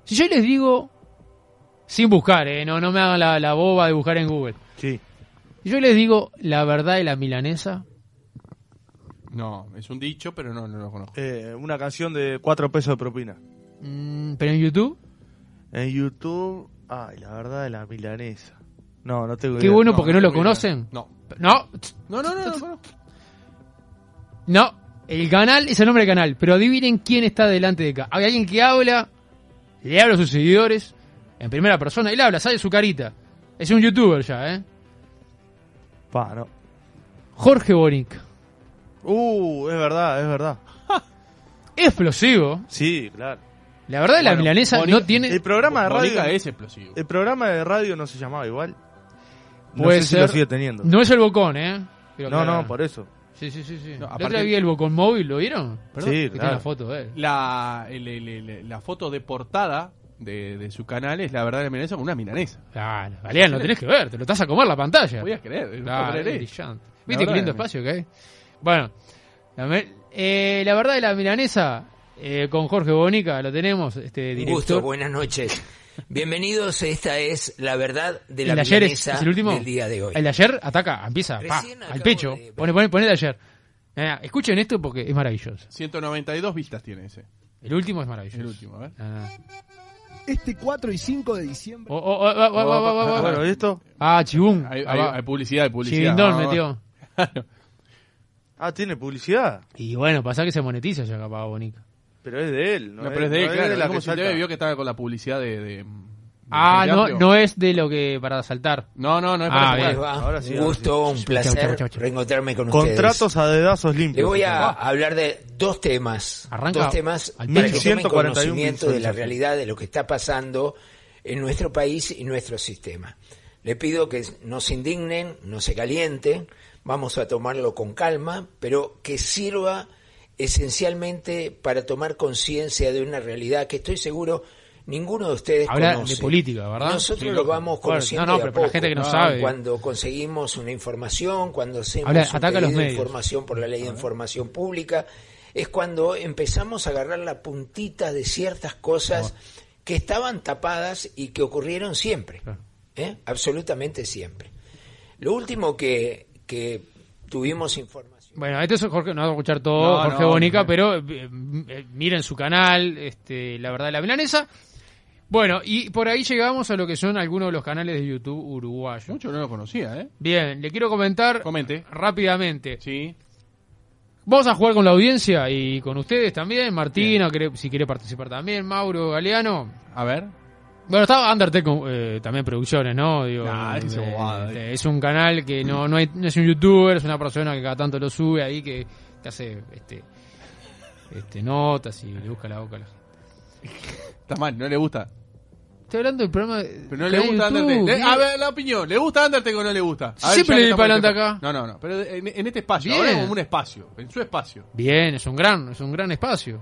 S2: Si yo les digo, sin buscar, eh, no, no me hagan la, la boba de buscar en Google,
S5: Sí.
S2: si yo les digo la verdad de la milanesa,
S3: No, es un dicho, pero no, no lo conozco.
S5: Eh, una canción de 4 pesos de propina.
S2: mm, pero en YouTube,
S5: En YouTube. Ay, la verdad de la milanesa. No, no tengo
S2: Qué
S5: idea.
S2: bueno. porque no lo
S3: tengo idea.
S2: conocen.
S3: No.
S2: no,
S3: No, no, no, no, no.
S2: No, el canal es el nombre del canal, pero adivinen quién está delante de acá. Hay alguien que habla, le habla a sus seguidores, en primera persona, él habla, sale su carita. Es un youtuber ya, ¿eh?
S5: Pa, no.
S2: Jorge Bonic.
S5: Uh, es verdad, es verdad.
S2: Explosivo.
S5: Sí, claro.
S2: La verdad, la
S3: Bueno,
S2: milanesa
S3: Bonic-
S2: no tiene...
S5: El programa de
S3: Mónica
S5: Ah, radio.
S3: es explosivo.
S5: El programa de radio no se llamaba igual. No
S2: Puede
S5: sé si lo
S2: ser.
S5: sigue teniendo.
S2: No es el bocón, ¿eh? Pero
S5: no,
S2: claro.
S5: no, por eso.
S2: Sí, sí, sí. sí.
S3: No,
S2: La otra
S3: aparte-
S2: vez vi el bocón móvil, ¿lo vieron?
S5: Sí,
S2: Que tiene
S5: claro.
S2: la foto de él.
S3: La, el- el- el- la foto de portada de, de su canal es la verdad de la milanesa con una milanesa.
S2: Claro, Galeán, lo tenés que ver, te lo estás a comer la pantalla.
S3: Podías creer, no
S2: Claro,
S3: puedo
S2: es
S3: creer.
S2: brillante.
S3: La
S2: ¿Viste qué
S3: verdad
S2: lindo
S3: es que-
S2: espacio que hay? Bueno, la, me- eh, la verdad de la milanesa, eh, con Jorge Bonica, lo tenemos, este
S10: Un
S2: director.
S10: gusto, buenas noches. Bienvenidos, esta es la verdad de la
S2: el de ayer es,
S10: milanesa
S2: es el último.
S10: del día de hoy.
S2: El de ayer ataca, empieza, pa,
S10: Recién
S2: al
S10: acabo
S2: pecho.
S10: de-
S2: Pone, pone, pone el de ayer. Nada, escuchen esto porque es maravilloso.
S3: 192 vistas tiene ese.
S2: El último es maravilloso.
S3: El último, a ver.
S2: Nada, nada.
S11: Este 4 y 5 de diciembre.
S2: Oh, oh, oh, oh, oh, oh, oh, oh, oh.
S5: Bueno, ¿y esto?
S2: Ah, chibum.
S3: Hay, hay- hay publicidad, hay publicidad.
S2: Chivindón
S3: Ah,
S2: metió.
S5: Ah, tiene publicidad.
S2: Y bueno, pasa que se monetiza ya capaz Bonica.
S5: Pero es de él. No,
S3: No, pero es de él,
S5: no
S3: claro.
S5: la
S3: como
S5: que
S3: si el
S5: saca.
S3: debe vio que estaba con la publicidad de... de- de
S2: Ah,
S3: Frente
S2: no,
S3: Amplio.
S2: no es de lo que para saltar.
S3: No, no, no es
S2: Ah,
S3: para
S2: bien.
S10: ¿Cómo
S3: jugar.
S10: les va?
S5: Ahora sí,
S10: un
S5: ahora
S10: gusto, un
S2: Chau,
S10: placer
S2: chau, chau.
S10: reencontrarme con ustedes.
S5: Contratos a dedazos limpios.
S10: Les voy a
S5: Ah,
S10: hablar de dos temas.
S2: Arranca
S10: dos temas
S2: al
S10: para que tomen
S5: 1141
S10: conocimiento de la
S5: visualizaciones.
S10: realidad de lo que está pasando en nuestro país y nuestro sistema. Le pido que no se indignen, no se calienten, vamos a tomarlo con calma, pero que sirva esencialmente para tomar conciencia de una realidad que estoy seguro ninguno de ustedes
S2: Habla
S10: conoce.
S2: de política, ¿verdad?
S10: Nosotros
S2: Sí,
S10: lo
S2: lógico.
S10: vamos
S2: Claro,
S10: conociendo
S2: no, no,
S10: de a
S2: pero para la
S10: poco,
S2: gente que no sabe.
S10: Cuando conseguimos una información, cuando hacemos
S2: Habla-
S10: un
S2: ataca a los
S10: pedido de
S2: medios.
S10: información por la ley de información pública, es cuando empezamos a agarrar la puntita de ciertas cosas que estaban tapadas y que ocurrieron siempre, ¿eh? absolutamente siempre. Lo último que, que tuvimos información.
S2: Bueno, esto es Jorge, no vamos a escuchar todo,
S10: No,
S2: Jorge
S10: no,
S2: Bonica,
S10: no.
S2: pero eh, m- eh, miren su canal, este, La Verdad de la Milanesa. Bueno, y por ahí llegamos a lo que son algunos de los canales de YouTube uruguayos.
S3: Mucho no lo conocía, ¿eh?
S2: Bien, le quiero comentar
S3: Comente.
S2: rápidamente.
S3: Sí.
S2: Vamos a jugar con la audiencia y con ustedes también, Martina, quere- si quiere participar también, Mauro, Galeano.
S3: A ver.
S2: Bueno, está Undertale con- eh, también producciones, ¿no? Digo,
S3: Nah, Ah, ese
S2: eh,
S3: guado.
S2: este, es un canal que no, no, hay- no es un youtuber, es una persona que cada tanto lo sube ahí, que, que hace este, este, notas y le busca la boca a la gente.
S3: Está mal, no le gusta.
S2: Estoy hablando del programa de-
S3: Pero no
S2: de
S3: le gusta
S2: YouTube,
S3: Undertale. Le-
S2: ¿qué?
S3: a ver, la opinión. ¿Le gusta Undertale o no le gusta? A ver,
S2: Siempre
S3: ya que
S2: le di
S3: estamos
S2: para
S3: en este-
S2: adelante
S3: No, no, no. Pero en, en este espacio.
S2: Bien.
S3: Ahora como un espacio. En su espacio.
S2: Bien, es un gran, es un gran espacio.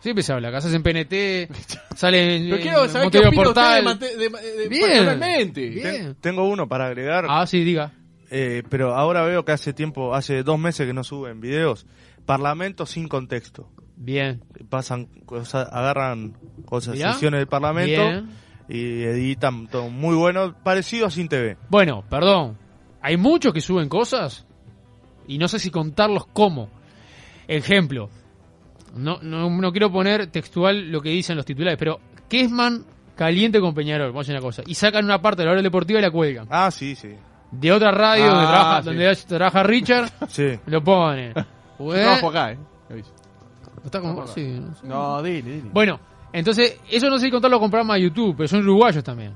S2: Siempre se habla, acá se hacen PNT, salen
S3: Pero quiero saber qué
S2: Montevideo
S3: opina usted de
S2: Portal.
S3: mante- de, de- de-
S2: Bien.
S3: personalmente.
S2: Bien.
S5: Tengo uno para agregar.
S2: Ah, sí, diga.
S5: Eh, pero ahora veo que hace tiempo, hace dos meses que no suben videos. Parlamento sin contexto.
S2: Bien.
S5: Pasan cosas, agarran cosas,
S2: Mirá.
S5: sesiones del Parlamento
S2: Bien.
S5: y editan todo muy bueno, parecido a Sin TV.
S2: Bueno, perdón. Hay muchos que suben cosas y no sé si contarlos cómo. Ejemplo. No, no, no quiero poner textual lo que dicen los titulares, pero Kesman caliente con Peñarol, vamos a decir una cosa. Y sacan una parte de la hora deportiva y la cuelgan.
S5: Ah, sí, sí.
S2: De otra radio donde,
S5: Ah,
S2: trabaja,
S5: sí.
S2: donde trabaja Richard,
S5: Sí.
S2: lo ponen.
S3: Yo
S2: Ué,
S3: trabajo acá, ¿eh? Le aviso.
S2: está como- sí, no sé.
S3: No, dile, dile.
S2: Bueno, entonces, eso no sé si contarlo con programas de YouTube, pero son uruguayos también.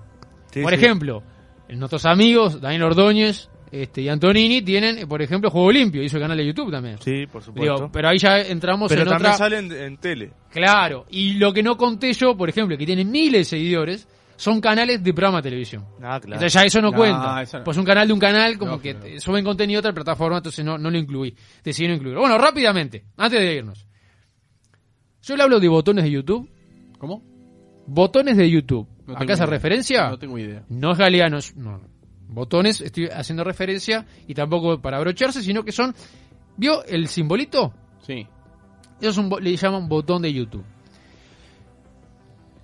S5: Sí,
S2: por
S5: sí.
S2: ejemplo, nuestros amigos Daniel Ordóñez este, y Antonini tienen, eh, por ejemplo, Juego Limpio, hizo el canal de YouTube también.
S5: Sí, por supuesto.
S2: Digo, pero ahí ya entramos
S5: Pero
S2: en
S5: también
S2: otra...
S5: salen en tele.
S2: Claro, y lo que no conté yo, por ejemplo, que tienen miles de seguidores, son canales de programa de televisión.
S5: Ah, claro.
S2: Entonces ya eso no,
S3: No,
S2: cuenta.
S3: eso no.
S2: Pues un canal de un canal, como
S3: No,
S2: que
S3: pero-
S2: te- suben contenido a otra plataforma, entonces no, no lo incluí. Decidí no incluirlo. Bueno, rápidamente, antes de irnos. Yo le hablo de botones de YouTube.
S3: ¿Cómo?
S2: Botones de YouTube.
S3: No tengo
S2: ¿Acá hace
S3: idea.
S2: referencia?
S3: No tengo idea.
S2: No es galeano, es- no. Botones, estoy haciendo referencia y tampoco para abrocharse, sino que son. ¿Vio el simbolito?
S3: Sí.
S2: Eso es un bo- le llaman botón de YouTube.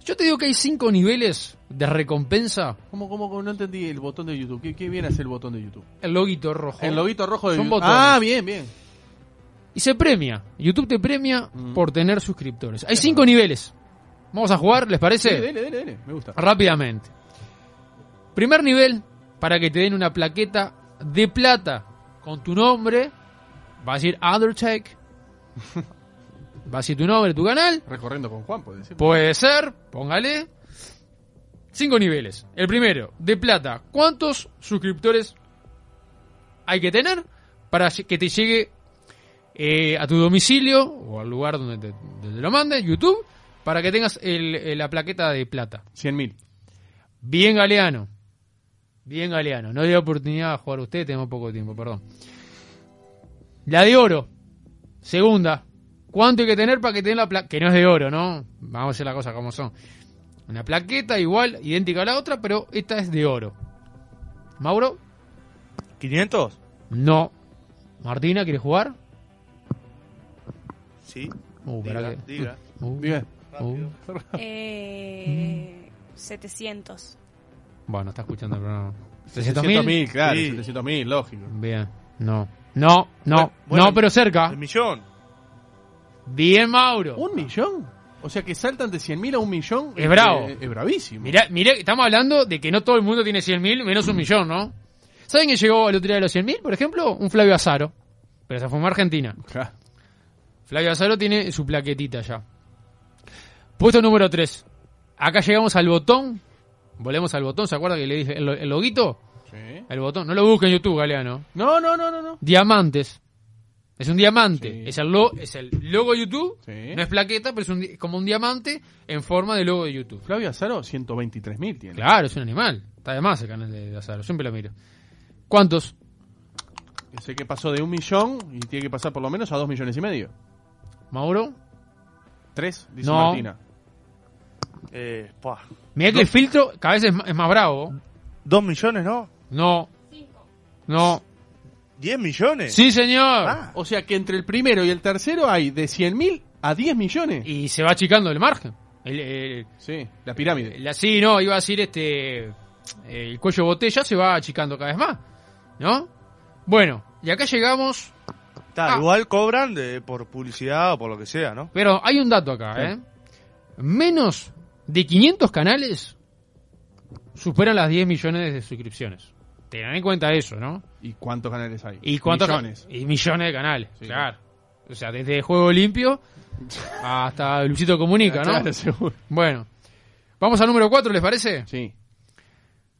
S2: Yo te digo que hay cinco niveles de recompensa.
S3: ¿Cómo, cómo, cómo? No entendí el botón de YouTube. ¿Qué, qué viene a ser el botón de YouTube?
S2: El loguito rojo.
S3: El loguito rojo de
S2: Son
S3: YouTube.
S2: botones.
S3: Ah, bien, bien.
S2: Y se premia. YouTube te premia
S3: Mm.
S2: por tener suscriptores. Hay cinco niveles. Vamos a jugar, ¿les parece?
S3: Sí, dele, dele, dele. Me gusta.
S2: rápidamente. Primer nivel, para que te den una plaqueta de plata con tu nombre, va a decir Undertake, va a decir tu nombre, tu canal,
S3: Recorriendo con Juan, puede decir.
S2: puede ser, póngale. Cinco niveles. El primero, de plata, ¿cuántos suscriptores hay que tener para que te llegue eh, a tu domicilio o al lugar donde te, donde te lo mande, YouTube, para que tengas el- el- la plaqueta de plata?
S3: 100.000.
S2: Bien galeano. Bien galeano. No dio oportunidad de jugar a usted, tenemos poco tiempo, perdón. La de oro. Segunda. ¿Cuánto hay que tener para que tenga la plaqueta? Que no es de oro, ¿no? Vamos a hacer las cosas como son. Una plaqueta igual, idéntica a la otra, pero esta es de oro. Mauro,
S5: ¿500?
S2: no. Martina, ¿quieres jugar?
S5: Sí.
S2: Uh,
S5: Diga,
S2: pará que-
S5: diga.
S2: Uh,
S3: Bien.
S2: uh.
S4: Eh, 700.
S2: Bueno, está escuchando el programa.
S3: 700.000, claro.
S5: Sí.
S3: 700.000, lógico.
S2: Bien. No. No, no,
S5: Bueno,
S2: no, pero cerca.
S5: El millón.
S2: Bien, Mauro.
S3: ¿Un millón? O sea que saltan de 100.000 a un millón. este,
S2: Es bravo.
S3: Es, bravísimo.
S2: Mirá, mirá, estamos hablando de que no todo el mundo tiene 100.000, menos un millón, ¿no? ¿Saben quién llegó al otro día de los 100.000? Por ejemplo, un Flavio Azaro. Pero se formó Argentina.
S3: Claro.
S2: Flavio Azaro tiene su plaquetita ya. Puesto número 3. Acá llegamos al botón. Volvemos al botón. ¿Se acuerda que le dije el, lo- el loguito?
S3: Sí.
S2: El botón. No lo busquen en YouTube, Galeano.
S3: No, no, no, no. no.
S2: Diamantes. Es un diamante. Es, el lo- es el logo de YouTube. No es plaqueta, pero es un di- es como un diamante en forma de logo de YouTube.
S3: Flavio Azaro, 123.000 tiene.
S2: Claro, es un animal. Está de más el canal de, de Azaro. Siempre lo miro. ¿Cuántos?
S3: Sé que pasó de un millón y tiene que pasar por lo menos a dos millones y medio.
S2: ¿Mauro?
S3: Tres, dice
S2: No.
S3: Martina.
S5: Eh, pa.
S2: Mirá que el filtro cada vez es ma- es más, bravo.
S5: ¿Dos millones, no?
S2: No. No.
S5: ¿Diez millones?
S2: Sí, señor.
S3: O sea que entre el primero y el tercero hay de 100.000 a 10 millones.
S2: Y se va achicando el margen. El, el-
S3: Sí, la pirámide.
S2: la- sí, no, iba a decir este. El cuello de botella se va achicando cada vez más. ¿No? Bueno, y acá llegamos.
S5: Está,
S2: Ah.
S5: Igual cobran de, por publicidad o por lo que sea, ¿no?
S2: Pero hay un dato acá,
S5: Sí.
S2: ¿eh? Menos de 500 canales superan las 10 millones de suscripciones. Tengan en cuenta eso, ¿no?
S3: ¿Y cuántos canales hay?
S2: ¿Y cuántos
S3: Millones.
S2: Y millones de canales,
S3: Sí.
S2: claro. O sea, desde Juego Limpio hasta Luisito Comunica, ¿no?
S3: Claro, seguro.
S2: Bueno, vamos al número 4, ¿les parece?
S3: Sí.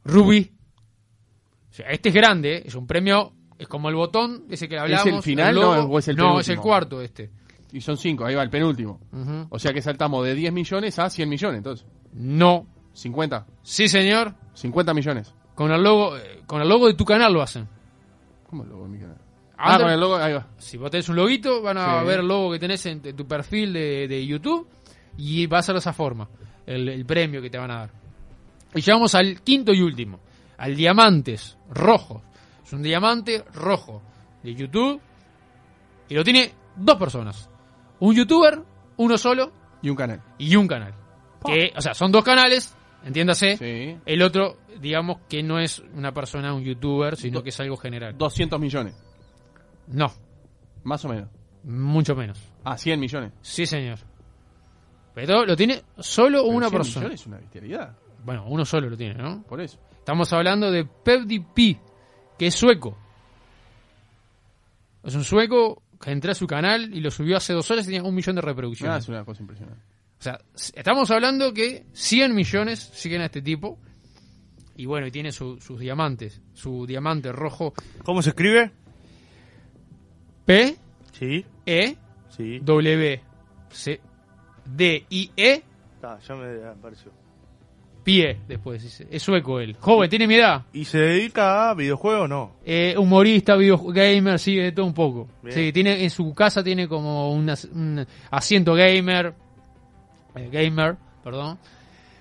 S2: Ruby. O sea, este es grande, ¿eh? es un premio, es como el botón, ese que hablamos.
S3: ¿Es el final
S2: logo.
S3: no, o es el
S2: No, es el
S3: penúltimo?
S2: cuarto este.
S3: Y son cinco, ahí va el penúltimo.
S2: Ujú.
S3: O sea que saltamos de 10 millones a 100 millones, entonces.
S2: No.
S3: 50.
S2: Sí, señor.
S3: 50 millones.
S2: Con el logo, eh, con el logo de tu canal lo hacen.
S3: ¿Cómo el logo de mi canal?
S2: Anda-
S3: Ah, con el logo, ahí va.
S2: Si vos tenés un loguito, van a
S3: Sí.
S2: ver el logo que tenés en en tu perfil de, de YouTube y va a ser de esa forma, el, el premio que te van a dar. Y llegamos al quinto y último, al diamantes rojo. Es un diamante rojo de YouTube y lo tiene dos personas. Un youtuber, uno solo
S3: Y un canal.
S2: y un canal. Que, o sea, son dos canales, entiéndase.
S3: Sí.
S2: El otro, digamos que no es una persona, un youtuber, sino que es algo general.
S3: 200 millones,
S2: No,
S3: más o menos.
S2: mucho menos.
S3: Ah, 100 millones.
S2: Sí, señor. Pero lo tiene solo
S3: Pero
S2: una
S3: 100
S2: persona.
S3: millones es una bestialidad,
S2: Bueno, uno solo lo tiene, ¿no?
S3: por eso.
S2: Estamos hablando de Pevdi P, que es sueco. Es un sueco que entró a su canal y lo subió hace dos horas y tenía un millón de
S3: Ah,
S2: reproducciones.
S3: es una cosa impresionante.
S2: O sea, s- estamos hablando que 100 millones siguen a este tipo. Y bueno, y tiene su- sus diamantes. Su diamante rojo
S5: ¿Cómo se escribe?
S2: P,
S5: Sí,
S2: E,
S5: sí.
S2: W, C, D, I, E,
S5: Está, ya me apareció.
S2: pie. Después dice. Es sueco él. Joven, tiene mi edad.
S5: ¿Y se dedica a videojuegos no?
S2: Eh, humorista, videogamer, sí, de todo un poco.
S5: Bien.
S2: Sí, tiene, en su casa tiene como un, as- un asiento gamer. eh, gamer, perdón.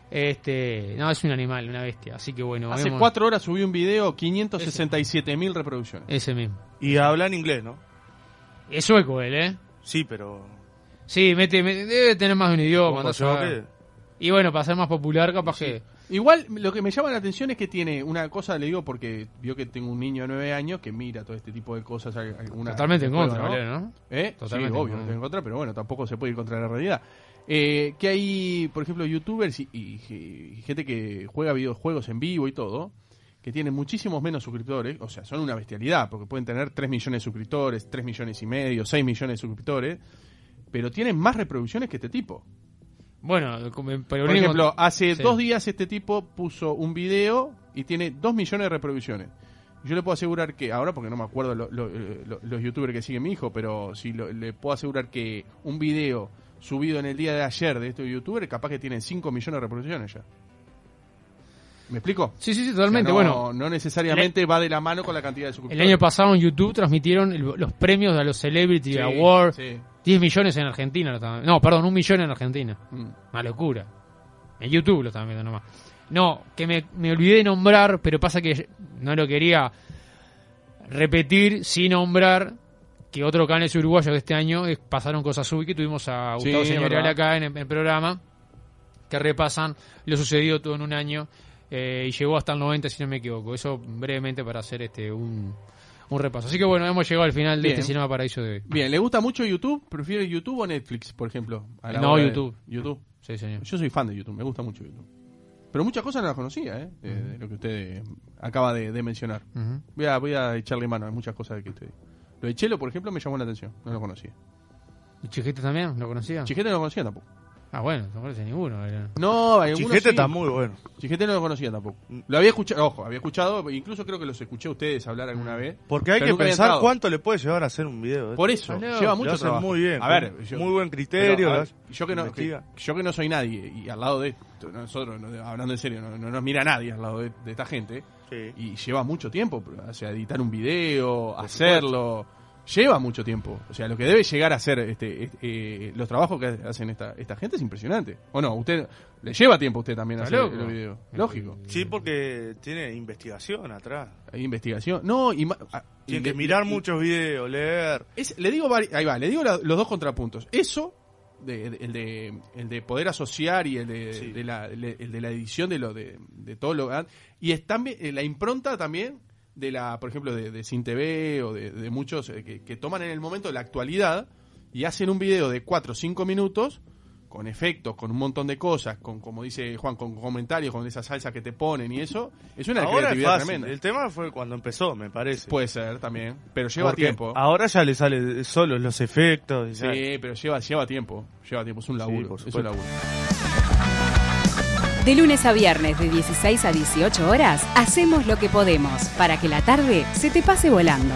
S2: Este, no, es un animal, una bestia. Así que bueno,
S3: Hace
S2: vemos-
S3: cuatro horas subí un video, 567 mil reproducciones.
S2: Ese mismo.
S5: Y habla en inglés, ¿no?
S2: Es sueco él, ¿eh?
S5: Sí, pero...
S2: Sí, mete, mete- debe tener más de un idioma. andá a
S5: ¿Cómo se llama
S2: saber.
S5: qué?
S2: Y bueno, para ser más popular, capaz que.
S3: Igual, lo que me llama la atención es que tiene una cosa, le digo porque vio que tengo un niño de 9 años que mira todo este tipo de cosas. al- alguna-
S2: Totalmente en
S3: juego,
S2: contra, Valero, ¿no?
S3: ¿Eh?
S2: Totalmente
S3: sí,
S2: en
S3: obvio, no
S2: contra.
S3: estoy en contra, pero bueno, tampoco se puede ir contra la realidad. Eh, que hay, por ejemplo, youtubers y, y- y gente que juega videojuegos en vivo y todo, que tienen muchísimos menos suscriptores, o sea, son una bestialidad, porque pueden tener 3 millones de suscriptores, 3 millones y medio, 6 millones de suscriptores, pero tienen más reproducciones que este tipo.
S2: Bueno, como en
S3: Por
S2: peronismo-
S3: ejemplo, hace
S2: Sí.
S3: dos días este tipo puso un video y tiene dos millones de reproducciones. Yo le puedo asegurar que, ahora porque no me acuerdo lo- lo- lo- los youtubers que sigue mi hijo, pero si lo- le puedo asegurar que un video subido en el día de ayer de este youtuber, capaz que tienen 5 millones de reproducciones ya. ¿Me explico?
S2: Sí, sí, sí, totalmente.
S3: O sea, no,
S2: bueno,
S3: no necesariamente va de la mano con la cantidad de suscriptores.
S2: el año pasado en YouTube transmitieron el- los premios a los Celebrity
S3: Sí,
S2: Awards.
S3: sí.
S2: 10 millones en Argentina. lo estaban- No, perdón, un millón en Argentina.
S3: Mm.
S2: Una locura. En YouTube lo estaban viendo nomás. No, que me, me olvidé de nombrar, pero pasa que no lo quería repetir sin nombrar que otro canal es uruguayo que este año es- pasaron cosas sub que tuvimos a
S3: Sí,
S2: Gustavo Señorial
S3: verdad.
S2: acá en el, en el programa, que repasan lo sucedido todo en un año eh, y llegó hasta el 90 si no me equivoco. Eso brevemente para hacer este un, un repaso. Así que bueno, hemos llegado al final de
S3: Bien.
S2: este Cinema Paraíso de hoy.
S3: Bien, ¿le gusta mucho YouTube? ¿Prefiere YouTube o Netflix, por ejemplo? a la
S2: Eh, No,
S3: hora de-
S2: YouTube.
S3: YouTube.
S2: Sí, señor.
S3: Yo soy fan de YouTube, me gusta mucho YouTube. Pero muchas cosas no las conocía, ¿eh? De, de lo que usted eh, acaba de, de mencionar.
S2: Ujú.
S3: Voy a, voy a echarle mano a muchas cosas que usted dijo. Lo de Chelo, por ejemplo, me llamó la atención. No lo conocía.
S2: ¿Y Chiquete también? ¿Lo conocía?
S5: Ah.
S3: Chijete no lo conocía tampoco.
S2: Ah, bueno, no conoce ninguno. era.
S3: No, algunos
S5: Chijete Mm.
S3: sí.
S5: está muy bueno.
S3: Chijete no lo conocía tampoco. Lo había escuchado, ojo, había escuchado, incluso creo que los escuché a ustedes hablar
S5: Mm.
S3: alguna vez.
S5: Porque hay
S3: pero
S5: que
S3: nunca había
S5: pensar
S3: entrado.
S5: cuánto le puede llevar a hacer un video. de
S3: Por
S5: esto.
S3: eso, lleva mucho
S5: lo hacen
S3: trabajo.
S5: muy bien.
S3: A ver,
S5: con
S3: yo-
S5: muy buen criterio.
S3: pero, a
S5: lo
S3: ver,
S5: hace-
S3: yo, que no,
S5: investiga.
S3: que- yo que no soy nadie, y al lado de esto, nosotros, no- hablando en serio, no, no nos mira nadie al lado de, de esta gente. Y lleva mucho tiempo, o sea, editar un video, hacerlo, lleva mucho tiempo. O sea, lo que debe llegar a hacer este, este, eh, los trabajos que hacen esta, esta gente es impresionante. O no, usted le lleva tiempo a usted también
S5: Está
S3: hacer
S5: loco.
S3: los videos. Lógico.
S5: Sí, porque tiene investigación atrás.
S3: Hay investigación. No, y ma- ah,
S5: Tiene
S3: y
S5: que
S3: le-
S5: mirar
S3: y-
S5: muchos videos, leer.
S3: Es- le digo vari- ahí va, le digo la- los dos contrapuntos. Eso, de- de- el, de, el de poder asociar y el de, de la, le- el de la edición de lo de, de todo lo ah, y es también eh, la impronta también de la, por ejemplo, de, de Sin TV o de, de muchos eh, que, que toman en el momento la actualidad y hacen un video de 4 o 5 minutos con efectos, con un montón de cosas, con como dice Juan, con comentarios, con esa salsa que te ponen y eso, es una
S5: Ahora es
S3: creatividad
S5: fácil.
S3: tremenda.
S5: El tema fue cuando empezó, me parece.
S3: Puede ser también, pero lleva
S5: Porque
S3: tiempo.
S5: Ahora ya le sale solos los efectos. y
S3: Sí,
S5: ya-
S3: pero lleva, lleva tiempo. Lleva tiempo, es un laburo.
S5: por
S3: es un
S5: supuesto.
S3: laburo.
S1: De lunes a viernes de 16 a 18 horas, hacemos lo que podemos para que la tarde se te pase volando.